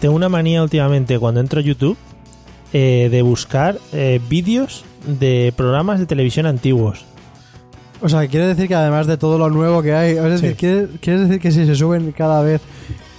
Tengo una manía últimamente cuando entro a YouTube eh, de buscar eh, vídeos de programas de televisión antiguos. O sea, quiere decir que además de todo lo nuevo que hay, es decir, Sí. ¿quiere- ¿quieres decir que si se suben cada vez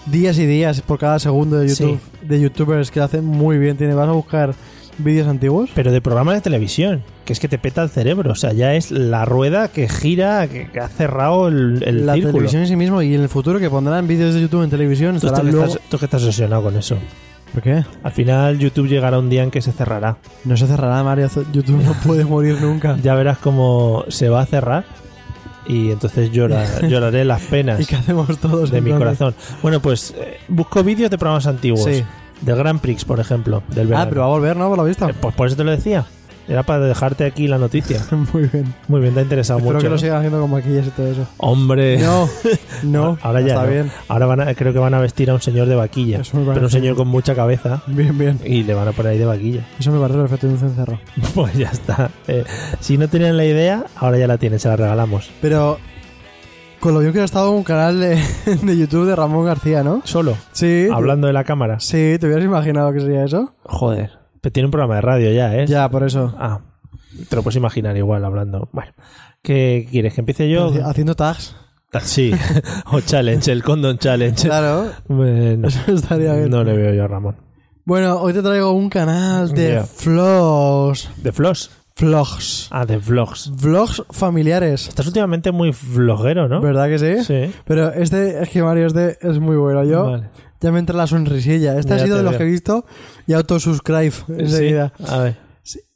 días y días por cada segundo de YouTube, de youtubers que hacen muy bien, tiene, vas a buscar vídeos antiguos? Pero de programas de televisión, que es que te peta el cerebro. O sea, ya es la rueda que gira, que, que ha cerrado el, el la círculo. televisión en sí mismo y en el futuro que pondrán vídeos de YouTube en televisión, Tú, estará estás- luego... estás- tú que estás obsesionado con eso. ¿Por qué? Al final YouTube llegará un día en que se cerrará. No se cerrará, Mario. YouTube no puede morir nunca. Ya verás cómo se va a cerrar y entonces llora- lloraré las ¿Y penas qué hacemos todos? de mi entonces? corazón. Bueno, pues eh, busco vídeos de programas antiguos. Sí. Del Grand Prix, por ejemplo. Del Ah, verano. pero va a volver, ¿no? Por lo visto. Eh, Pues por eso te lo decía. Era para dejarte aquí la noticia. Muy bien. Muy bien, te ha interesado Espero mucho. que ¿no? lo sigan haciendo con maquillas y todo eso. Hombre. No, no. Ahora ya. Está no. bien. Ahora van a- creo que van a vestir a un señor de vaquilla. Eso me parece. Pero un señor con mucha cabeza. Bien, bien. Y le van a poner ahí de vaquilla. Eso me parece el efecto de un cencerro. Pues ya está. Eh, si no tenían la idea, ahora ya la tienen, se la regalamos. Pero con lo bien que ha estado un canal de, de YouTube de Ramón García, ¿no? Solo, Sí. te- hablando de la cámara. Sí, ¿te hubieras imaginado que sería eso? Joder. Pero tiene un programa de radio ya, ¿eh? Ya, por eso. Ah, te lo puedes imaginar igual hablando. Bueno, ¿qué quieres? ¿Que empiece yo? Haci- Haciendo tags. Sí. o challenge, el condom challenge. Claro. Eh, no. Eso estaría bien. No le veo yo a Ramón. Bueno, hoy te traigo un canal de Ya. vlogs. ¿De Floss? Vlogs. Ah, de Vlogs. Vlogs familiares. Estás últimamente muy vlogero, ¿no? ¿Verdad que sí? Sí. Pero este, es que Mario, este es muy bueno. Yo Vale. ya me entra la sonrisilla. Este Ya ha sido te de los veo. que he visto y autosubscribe enseguida. Sí. A ver.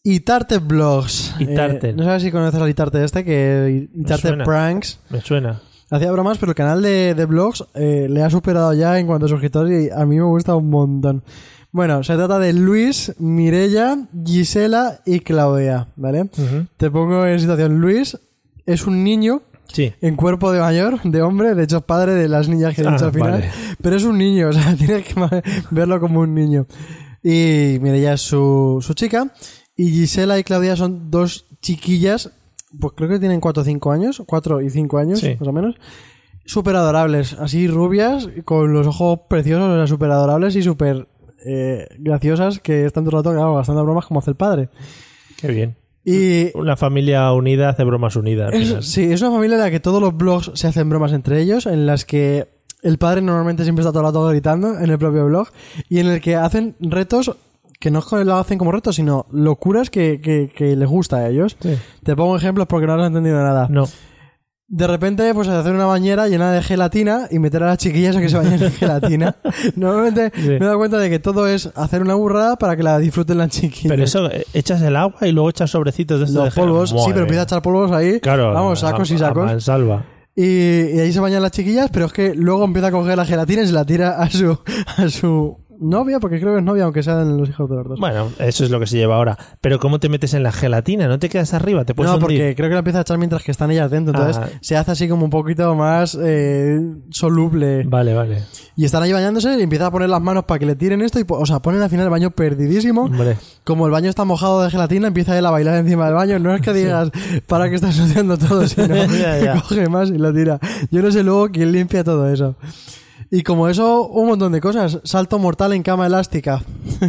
Itarte Blogs. Itarte. Eh, no sé si conoces al Itarte este, que Itarte suena. Pranks. Me suena. Hacía bromas, pero el canal de, de blogs eh, le ha superado ya en cuanto a suscriptores y a mí me gusta un montón. Bueno, se trata de Luis, Mirella, Gisela y Claudia, ¿vale? Te pongo en situación. Luis es un niño Sí. en cuerpo de mayor, de hombre, de hecho es padre de las niñas que he Ah, dicho al final, vale. pero es un niño, o sea, tienes que ma- verlo como un niño. Y Mireia es su, su chica, y Gisela y Claudia son dos chiquillas, pues creo que tienen 4 o 5 años, 4 y 5 años, Sí. más o menos, súper adorables, así rubias, con los ojos preciosos, o sea, súper adorables y súper eh, graciosas, que están todo el rato claro, gastando bromas como hace el padre. Qué bien. Y Una familia unida hace bromas unidas. al es- final. sí, es una familia en la que todos los blogs se hacen bromas entre ellos, en las que el padre normalmente siempre está todo el rato gritando en el propio blog, y en el que hacen retos que no es que lo hacen como retos, sino locuras que, que- que les gusta a ellos. Sí. Te pongo ejemplos porque no has entendido nada. No. De repente, pues hacer una bañera llena de gelatina y meter a las chiquillas a que se bañen en gelatina. Normalmente Sí. me he dado cuenta de que todo es hacer una burrada para que la disfruten las chiquillas. Pero eso, eh, echas el agua y luego echas sobrecitos de estos de los gel. polvos, sí, Madre pero empieza a mía. echar polvos ahí. Claro. Vamos, sacos a- y sacos. A mansalva. Y, y ahí se bañan las chiquillas, pero es que luego empieza a coger la gelatina y se la tira a su, a su novia, porque creo que es novia, aunque sean los hijos de los dos. Bueno, eso es lo que se lleva ahora. Pero ¿cómo te metes en la gelatina? ¿No te quedas arriba? ¿Te puedes no, hundir? porque creo que la empieza a echar mientras que están ellas dentro, entonces Ah. se hace así como un poquito más eh, soluble. Vale, vale. Y están ahí bañándose y empieza a poner las manos para que le tiren esto, y, po- o sea, ponen al final el baño perdidísimo. Hombre. Como el baño está mojado de gelatina, empieza él a bailar encima del baño. No es que digas, para que estás ensuciando todo, sino Ya, ya. que coge más y lo tira. Yo no sé luego quién limpia todo eso. Y como eso, un montón de cosas. Salto mortal en cama elástica.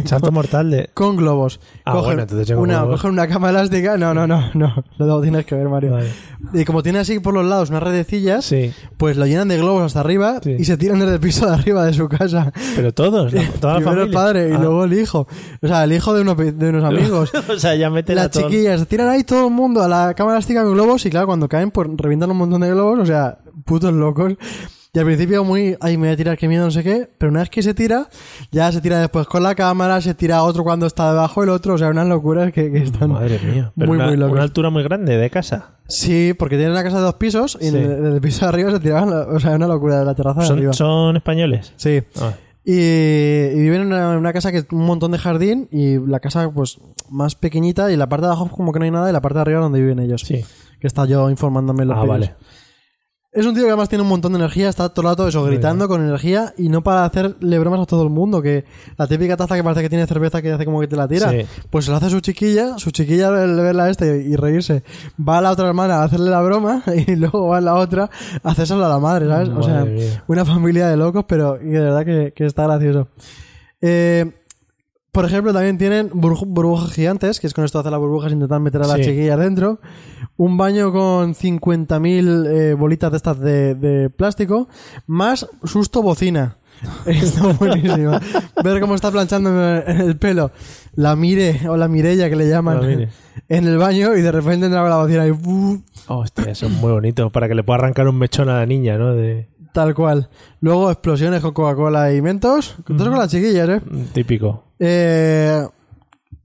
Salto mortal de... Con globos. Ah, bueno, entonces tengo una, globos. cogen una cama elástica. No, no, no, no. Lo tienes que ver, Mario. Vale. Y como tiene así por los lados unas redecillas, Sí. pues lo llenan de globos hasta arriba Sí. y se tiran desde el piso de arriba de su casa. Pero todos, la- toda la Primero familia. el padre y Ah. luego el hijo. O sea, el hijo de, uno- de unos amigos. o sea, ya meten a Las todo- chiquillas tiran ahí todo el mundo a la cámara elástica con globos y claro, cuando caen, pues revientan un montón de globos, o sea, putos locos. Y al principio muy, ay, me voy a tirar, qué miedo, no sé qué, pero una vez que se tira, ya se tira después con la cámara, se tira otro cuando está debajo del otro, o sea, unas locuras que, que están Madre mía. Pero muy, una, muy locas. una altura muy grande de casa. Sí, porque tienen una casa de dos pisos y Sí. desde el piso de arriba se tiraban, la- o sea, una locura de la terraza de arriba. ¿Son, son españoles? Sí. Ah. Y, y viven en una, en una casa que un montón de jardín y la casa pues más pequeñita y la parte de abajo como que no hay nada y la parte de arriba donde viven ellos. Sí. Que está yo informándome en los Ah, vídeos. vale. Es un tío que además tiene un montón de energía, está todo el rato eso, gritando con energía y no para de hacerle bromas a todo el mundo, que la típica taza que parece que tiene cerveza que hace como que te la tira, Sí. pues se la hace a su chiquilla, su chiquilla al verla esta y, y reírse, va a la otra hermana a hacerle la broma y luego va a la otra a hacérsela a la madre, ¿sabes? o sea, Madre mía. una familia de locos, pero y de verdad que, que está gracioso. Eh, por ejemplo, también tienen burbu- burbujas gigantes, que es con esto hacer las burbujas e intentar meter a las Sí. chiquillas dentro. Un baño con 50.000 eh, bolitas de estas de, de plástico, más susto bocina. Está buenísimo. Ver cómo está planchando en en el pelo la Mire o la Mirella que le llaman La Mire. en el baño y de repente entra la bocina y ¡buf! Hostia, son muy bonitos. Para que le pueda arrancar un mechón a la niña, ¿no? De, tal cual. Luego explosiones con Coca-Cola y mentos. Todo con las chiquillas, ¿eh? típico. Eh,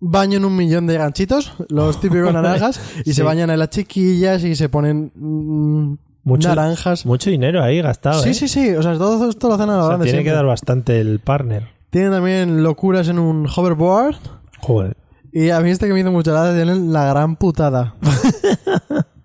baño en un millón de ganchitos, los típicos naranjas, y Sí. se bañan en las chiquillas y se ponen mm, Mucho- naranjas. Mucho dinero ahí gastado. sí, ¿eh? sí, sí. O sea, todo esto lo hacen a la O sea, grande. tiene que siempre. dar bastante el partner. Tienen también locuras en un hoverboard. Joder. Y a mí este que me hizo mucha gracia tienen la gran putada.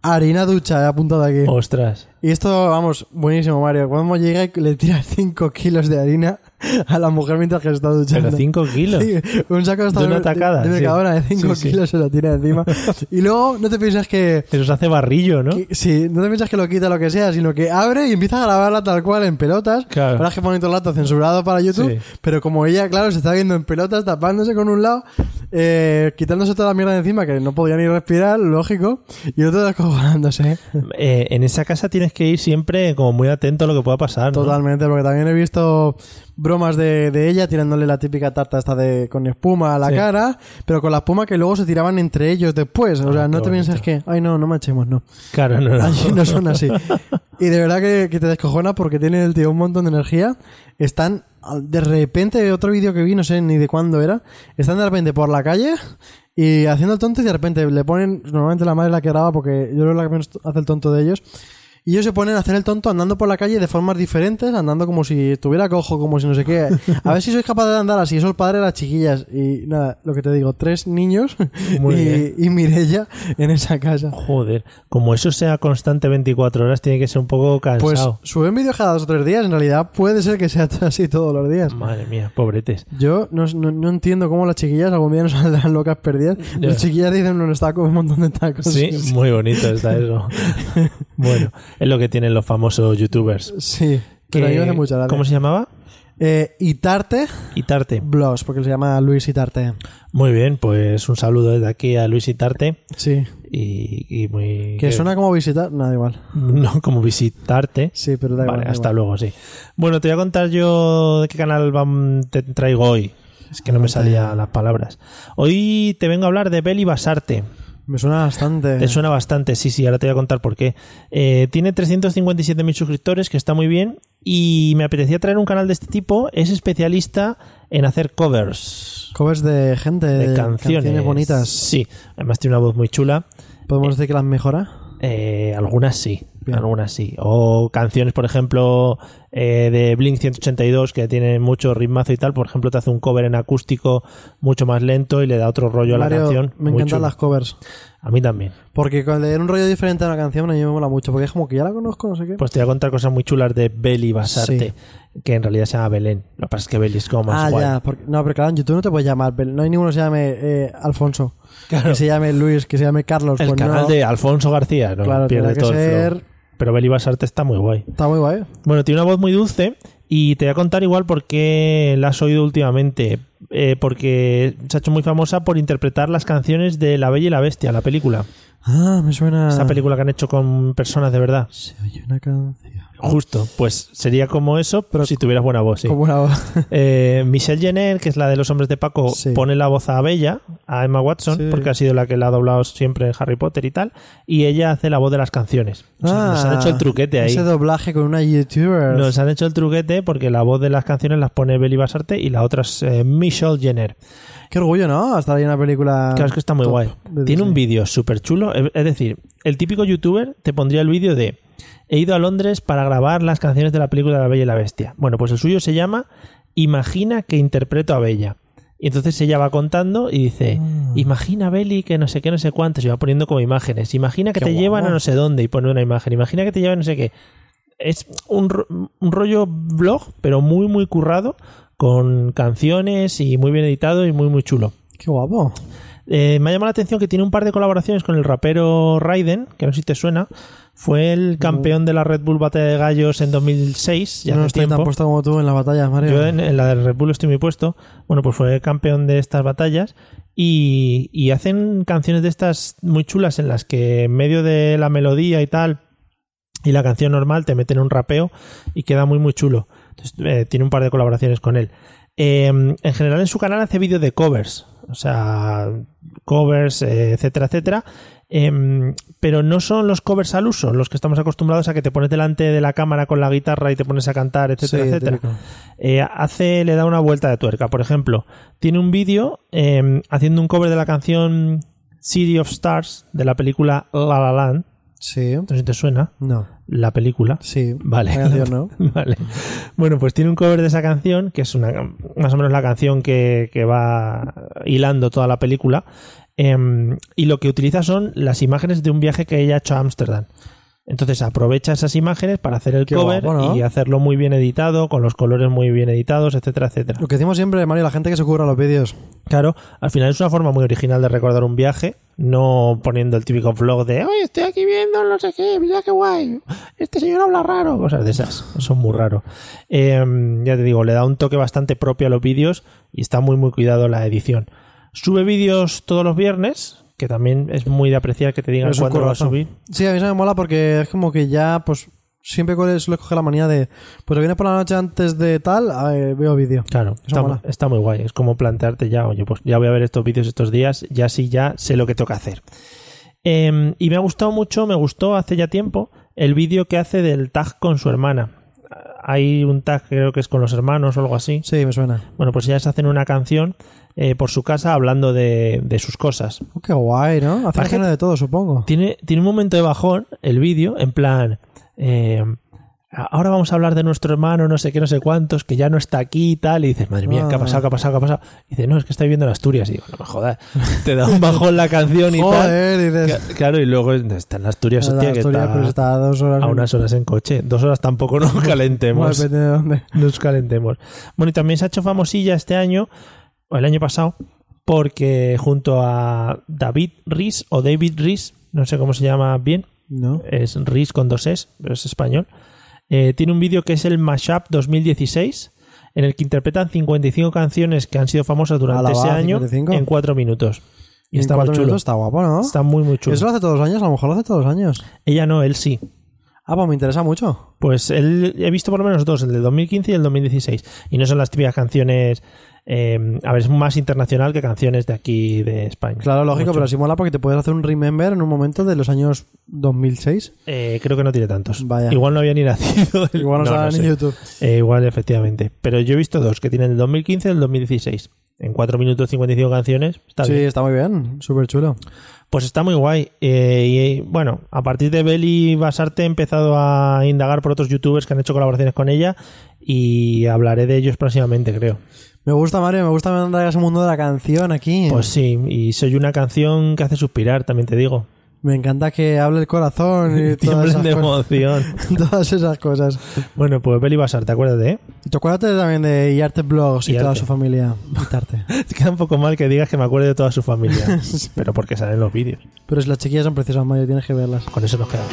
Harina ducha, he apuntado aquí. Ostras. Y esto, vamos, buenísimo, Mario. Cuando llega y le tira 5 kilos de harina a la mujer mientras que se está duchando. Pero 5 kilos. Sí, un saco de, De una tacada, de sí. Mercadona de 5 Sí, sí. kilos se lo tira encima. y luego no te piensas que, Eso se hace barrillo, ¿no? que- Sí, no te piensas que lo quita lo que sea, sino que abre y empieza a grabarla tal cual en pelotas. Claro. Ahora es que ponen todo el rato censurado para YouTube, Sí. pero como ella, claro, se está viendo en pelotas, tapándose con un lado, eh, quitándose toda la mierda de encima, que no podía ni respirar, lógico, y el otro descojonándose. Eh, en esa casa tienes que ir siempre como muy atento a lo que pueda pasar. ¿no? Totalmente, porque también he visto bromas de, de ella tirándole la típica tarta esta de con espuma a la Sí. cara, pero con la espuma que luego se tiraban entre ellos después. O sea, Ah, no qué te piensas que, ay no, no manchemos, no. Claro, no, no. Allí no son así. Y de verdad que, que te descojona porque tiene el tío un montón de energía. Están, al- de repente, otro vídeo que vi, no sé ni de cuándo era, están de repente por la calle y haciendo el tonto y de repente le ponen, normalmente la madre es la que graba porque yo creo que la que menos hace el tonto de ellos. Y ellos se ponen a hacer el tonto andando por la calle de formas diferentes, andando como si estuviera cojo, como si no sé qué. A ver si sois capaz de andar así, eso el padre de las chiquillas. Y nada, lo que te digo, tres niños Muy y, bien. y Mirella en esa casa. Joder. Como eso sea constante 24 horas, tiene que ser un poco Pues cansado. suben vídeos cada dos o tres días, en realidad puede ser que sea así todos los días. Madre mía, pobretes. Yo no, no- no entiendo cómo las chiquillas algún día nos saldrán locas perdidas. Ya. Las chiquillas dicen unos tacos, un montón de tacos. Sí, muy bonito está eso. bueno, es lo que tienen los famosos youtubers. Sí, pero a mí me hace mucha gracia. ¿Cómo se llamaba? Eh, Itarte Itarte. Blogs, porque se llama Luis Itarte. Muy bien, pues un saludo desde aquí a Luis Itarte. Sí. Y, y muy. Que suena como visitar. Nada, igual. No, como visitarte. Sí, pero da igual. Vale, da hasta igual. luego, sí. Bueno, te voy a contar yo de qué canal vam- te traigo hoy. Es que no me salían las palabras. Hoy te vengo a hablar de Beli Basarte. Me suena bastante. Te suena bastante, sí, sí, ahora te voy a contar por qué. Eh, tiene 357.000 suscriptores, que está muy bien. Y me apetecía traer un canal de este tipo. Es especialista en hacer covers Covers de gente, de de canciones. Eh, bonitas. Sí, además tiene una voz muy chula. Podemos decir que las mejora. Eh, algunas sí. Bien. Algunas sí. O canciones, por ejemplo, eh, de Blink 182 que tienen mucho ritmazo y tal. Por ejemplo, te hace un cover en acústico mucho más lento y le da otro rollo a Mario, la canción. me Muy encantan chulo. las covers. A mí también. Porque con leer un rollo diferente a una canción a mí me mola mucho, porque es como que ya la conozco, no sé qué. Pues te voy a contar cosas muy chulas de Beli Basarte, que en realidad se llama Belén. Lo que pasa es que Beli es como más ah, guay. ya. porque- no, pero claro, en YouTube no te puedes llamar. Bel- No hay ninguno que se llame eh, Alfonso, Claro. que se llame Luis, que se llame Carlos. El pues canal no. de Alfonso García, no Claro, pierde tendrá que todo el ser- flow. Pero Beli Basarte está muy guay. Está muy guay. Bueno, tiene una voz muy dulce y te voy a contar igual por qué la has oído últimamente. Eh, porque se ha hecho muy famosa por interpretar las canciones de La Bella y la Bestia, la película. Ah, me suena. Esa película que han hecho con personas de verdad. Se oye una canción. Justo, pues sería como eso, pero si tuvieras buena voz, sí. Como una voz. Eh, Michelle Jenner, que es la de los hombres de Paco, Sí. pone la voz a Bella, a Emma Watson, Sí. porque ha sido la que la ha doblado siempre en Harry Potter y tal, y ella hace la voz de las canciones. O sea, nos han hecho el truquete ahí. Ah, Ese doblaje con una youtuber. Nos han hecho el truquete porque la voz de las canciones las pone Beli Basarte y la otra es eh, Michelle Jenner. Qué orgullo, ¿no? Estar ahí en una película. Claro, es que está muy top guay. de Tiene un Disney. vídeo súper chulo. Es es decir, el típico youtuber te pondría el vídeo de He ido a Londres para grabar las canciones de la película La Bella y la Bestia. Bueno, pues el suyo se llama Imagina que interpreto a Bella. Y entonces ella va contando y dice, Ah. imagina Belly que no sé qué, no sé cuánto, se va poniendo como imágenes, imagina que Qué te guapo. llevan a no sé dónde y pone una imagen, imagina que te llevan no sé qué. Es un, ro- un rollo blog, pero muy, muy currado, con canciones y muy bien editado y muy, muy chulo. Qué guapo. Eh, me ha llamado la atención que tiene un par de colaboraciones con el rapero Raiden, que no sé si te suena. Fue el campeón de la Red Bull Batalla de Gallos en 2006, ya no hace estoy tiempo. tan puesto como tú en las batallas, Mario. Yo en, en la de Red Bull estoy muy puesto. Bueno, pues fue campeón de estas batallas y, y hacen canciones de estas muy chulas en las que en medio de la melodía y tal y la canción normal te meten un rapeo y queda muy muy chulo. Entonces, eh, tiene un par de colaboraciones con él. Eh, en general en su canal hace vídeos de covers, o sea, covers, eh, etcétera, etcétera. Em, pero no son los covers al uso, los que estamos acostumbrados a que te pones delante de la cámara con la guitarra y te pones a cantar, etcétera, Sí, etcétera típico. eh, hace, le da una vuelta de tuerca. Por ejemplo, tiene un vídeo eh, haciendo un cover de la canción City of Stars de la película La La Land. Sí. No sé si te suena No. la película. Sí. Vale. La canción, ¿no? Vale. Bueno, pues tiene un cover de esa canción, que es una, más o menos la canción que, que va hilando toda la película. em, y lo que utiliza son las imágenes de un viaje que ella ha hecho a Ámsterdam. Entonces aprovecha esas imágenes para hacer el Qué cover guapo, ¿no? y hacerlo muy bien editado, con los colores muy bien editados, etcétera, etcétera. Lo que decimos siempre, Mario, la gente que se curra los vídeos. Claro, al final es una forma muy original de recordar un viaje, no poniendo el típico vlog de hoy estoy aquí viendo no sé qué, mira qué guay, este señor habla raro, cosas de esas, son muy raro. Eh, ya te digo, le da un toque bastante propio a los vídeos y está muy muy cuidado la edición. Sube vídeos todos los viernes, que también es muy de apreciar que te digan Es un cuándo va a currazo. subir. Sí, a mí se me mola porque es como que ya, pues, siempre co- suele coger la manía de, pues, viene por la noche antes de tal, eh, veo vídeo. Claro, está, mola. está muy guay. Es como plantearte ya, oye, pues ya voy a ver estos vídeos estos días, ya sí, ya sé lo que toca hacer. Eh, y me ha gustado mucho, me gustó hace ya tiempo, el vídeo que hace del tag con su hermana. Ah, Hay un tag que creo que es con los hermanos o algo así. Sí, me suena. Bueno, pues ellas hacen una canción eh, por su casa hablando de, de sus cosas. Oh, qué guay, ¿no? Hace Parece- género de todo, supongo. Tiene, tiene un momento de bajón el vídeo, en plan. eh, ahora vamos a hablar de nuestro hermano, no sé qué, no sé cuántos, que ya no está aquí y tal. Y dices, madre mía, ¿qué ha pasado? Ah. ¿Qué ha pasado? ¿Qué ha pasado? Y dice, no, es que estoy viviendo en Asturias. Y digo, no me jodas. Te da un bajón la canción y tal. Joder, dices. Ca- Claro, y luego está en Asturias, "Nada, hostia, que Asturias, está pero está a dos horas. a unas horas en coche. Dos horas tampoco nos Bueno, calentemos. depende de dónde. Nos calentemos. Bueno, y también se ha hecho famosilla este año, o el año pasado, porque junto a David Riz o David Riz, no sé cómo se llama bien, ¿No? es Riz con dos S, pero es español, eh, tiene un vídeo que es el Mashup 2016, en el que interpretan 55 canciones que han sido famosas durante Alaba, ese año 55. en 4 minutos. Y En está muy cuatro chulo. minutos está guapo, ¿no? Está muy, muy chulo. Eso lo hace todos los años, a lo mejor lo hace todos los años. Ella no, él sí. Ah, pues me interesa mucho. Pues él, he visto por lo menos dos, el del 2015 y el 2016. Y no son las típicas canciones. eh, a ver, es más internacional que canciones de aquí de España. Claro, lógico, Mucho. pero sí mola porque te puedes hacer un remember en un momento de los años 2006. Eh, creo que no tiene tantos. Vaya. Igual no había ni nacido. el- Igual no, estaba sé. en YouTube. Eh, igual, efectivamente. Pero yo he visto dos que tienen el 2015 y el 2016. En 4 minutos 55 canciones. Está sí, bien. está muy bien, súper chulo. Pues está muy guay. Eh, y bueno, a partir de Beli Basarte he empezado a indagar por otros youtubers que han hecho colaboraciones con ella. Y hablaré de ellos próximamente, creo. Me gusta, Mario, me gusta andar en ese mundo de la canción aquí. Pues sí, y soy una canción que hace suspirar, también te digo. Me encanta que hable el corazón y todas Tiemblen esas, de cosas, emoción. todas esas cosas. Bueno, pues Beli Basarte, acuérdate, ¿eh? Y tú acuérdate también de Iarte Blogs y, Iarte. toda su familia. Iarte. Te queda un poco mal que digas que me acuerde de toda su familia. pero porque salen los vídeos. Pero si las chiquillas son preciosas, Mario, tienes que verlas. Con eso nos quedamos.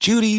Judy